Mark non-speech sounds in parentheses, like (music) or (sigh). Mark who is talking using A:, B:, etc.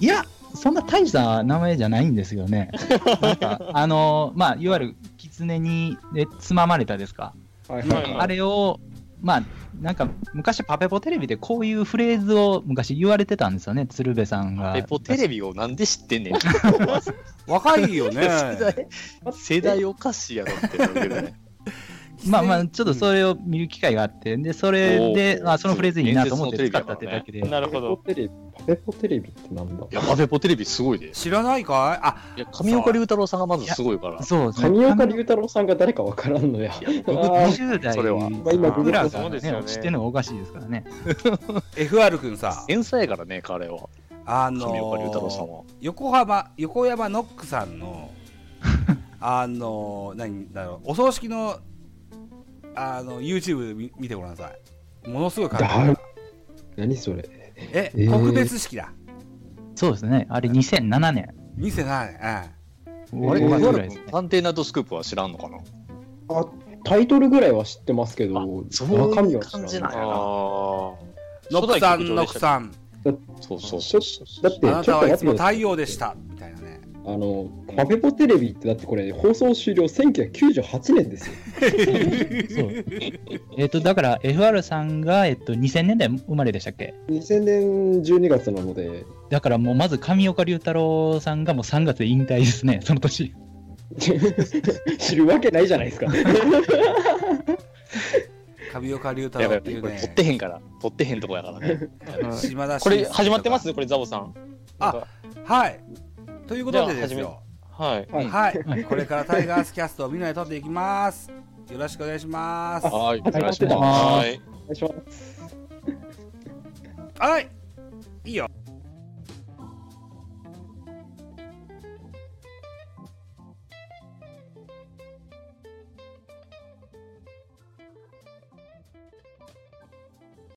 A: いや、そんな大した名前じゃないんですよ
B: (laughs)
A: ね。なんか、あのまあ、いわゆる狐にでつままれたですか。
C: はい
B: ま
C: はい
B: あ
C: はい。
A: あれを、まあ、なんか昔パペポテレビでこういうフレーズを昔言われてたんですよね、鶴瓶さんが。
B: ペポテレビをなんで知 (laughs) ってんねん。
D: 若
B: (laughs)
D: いよね。
B: 世代、世代おかしいやろってなるけどね。
A: まあまあ、ちょっとそれを見る機会があって、で、それで、
B: おー
A: あそのフレーズいいなと思って使ったってだけで。
B: なるほ
C: パペポ
B: ど。
C: テレビ、パペポテレビってなんだ
B: (laughs) いや、パペポテレビすごいで。
D: 知らないかいあ、
B: いや、上岡龍太郎さんがまずすごいから。
A: そうですね。
C: 神岡龍太郎さんが誰かわからんのや。
B: いや、
C: あ
B: 僕
C: ー
A: 20代
B: それは
C: まあ今、グ
A: ぐ
C: ル
A: ら
C: ー
A: い
C: プ
A: か
C: さん
A: ら
B: そうで
A: ね、
B: すよね
A: 知ってるのがおかしいですからね。
D: FR 君さ、
B: 天才やからね、彼は。
D: あの
B: 上岡龍太郎さん
D: ー、
B: は。
D: 横浜、横山ノックさ
B: (laughs)
D: んの、あのー、何だろう、お葬式の、あの、YouTube 見見てごらんなさい。ものすごい感動
C: だ。何それ
D: え、
C: えー
D: 告別式だ。
A: そうですね。あれ2007年。
D: 見せない。うん
C: あ
B: あ
C: れ
B: れ、
A: 5月ぐらいですね。
B: 探偵ナイトスクープは知らんのかな
C: あ、タイトルぐらいは知ってますけど、中身は知ら
B: 感じなんやな。
D: ノックさ
B: 初代
D: ん、
B: 局長
D: ノ
B: で
D: ッ
B: し
D: ク
B: た
D: さん、
B: そうそう
C: ち
B: そ
C: ょ
B: うそう。
C: だって、
D: あ
C: ちょ
D: な
C: っと
D: たはい
C: 待っ
D: つ
C: て
D: も
C: くださ
D: 太
C: い
D: 陽でした。みたいなね。
C: あの、パペポテレビってだってこれ、放送終了1998年ですよ。
A: そう。えっと、だから FR さんが、えっと、2000年代生まれでしたっけ
C: 2000年12月なので、
A: だからもうまず上岡龍太郎さんがもう3月で引退ですね、その年。
C: (laughs) 知るわけないじゃないですか。
D: (laughs) 上岡龍太
B: やばい
D: 郎ってい
B: や
D: う
B: ばい、これ
D: ね
B: 取。ってへんから、取ってへんとこやからね。
D: 島田
B: こ
D: 紳
B: れ
D: 助とか
B: 始まってますね、これ、ザボさん。
D: あ
B: なんか
D: はい。ということでです
B: じゃ
D: よ。
B: はい。
C: はめ
D: はい。これからタイガースキャストをみんなで撮っていきます。よろしくお願いします。は
B: はい、お願いし
C: 始まってた
B: ます。はい。
C: お願いします
D: い。いいよ。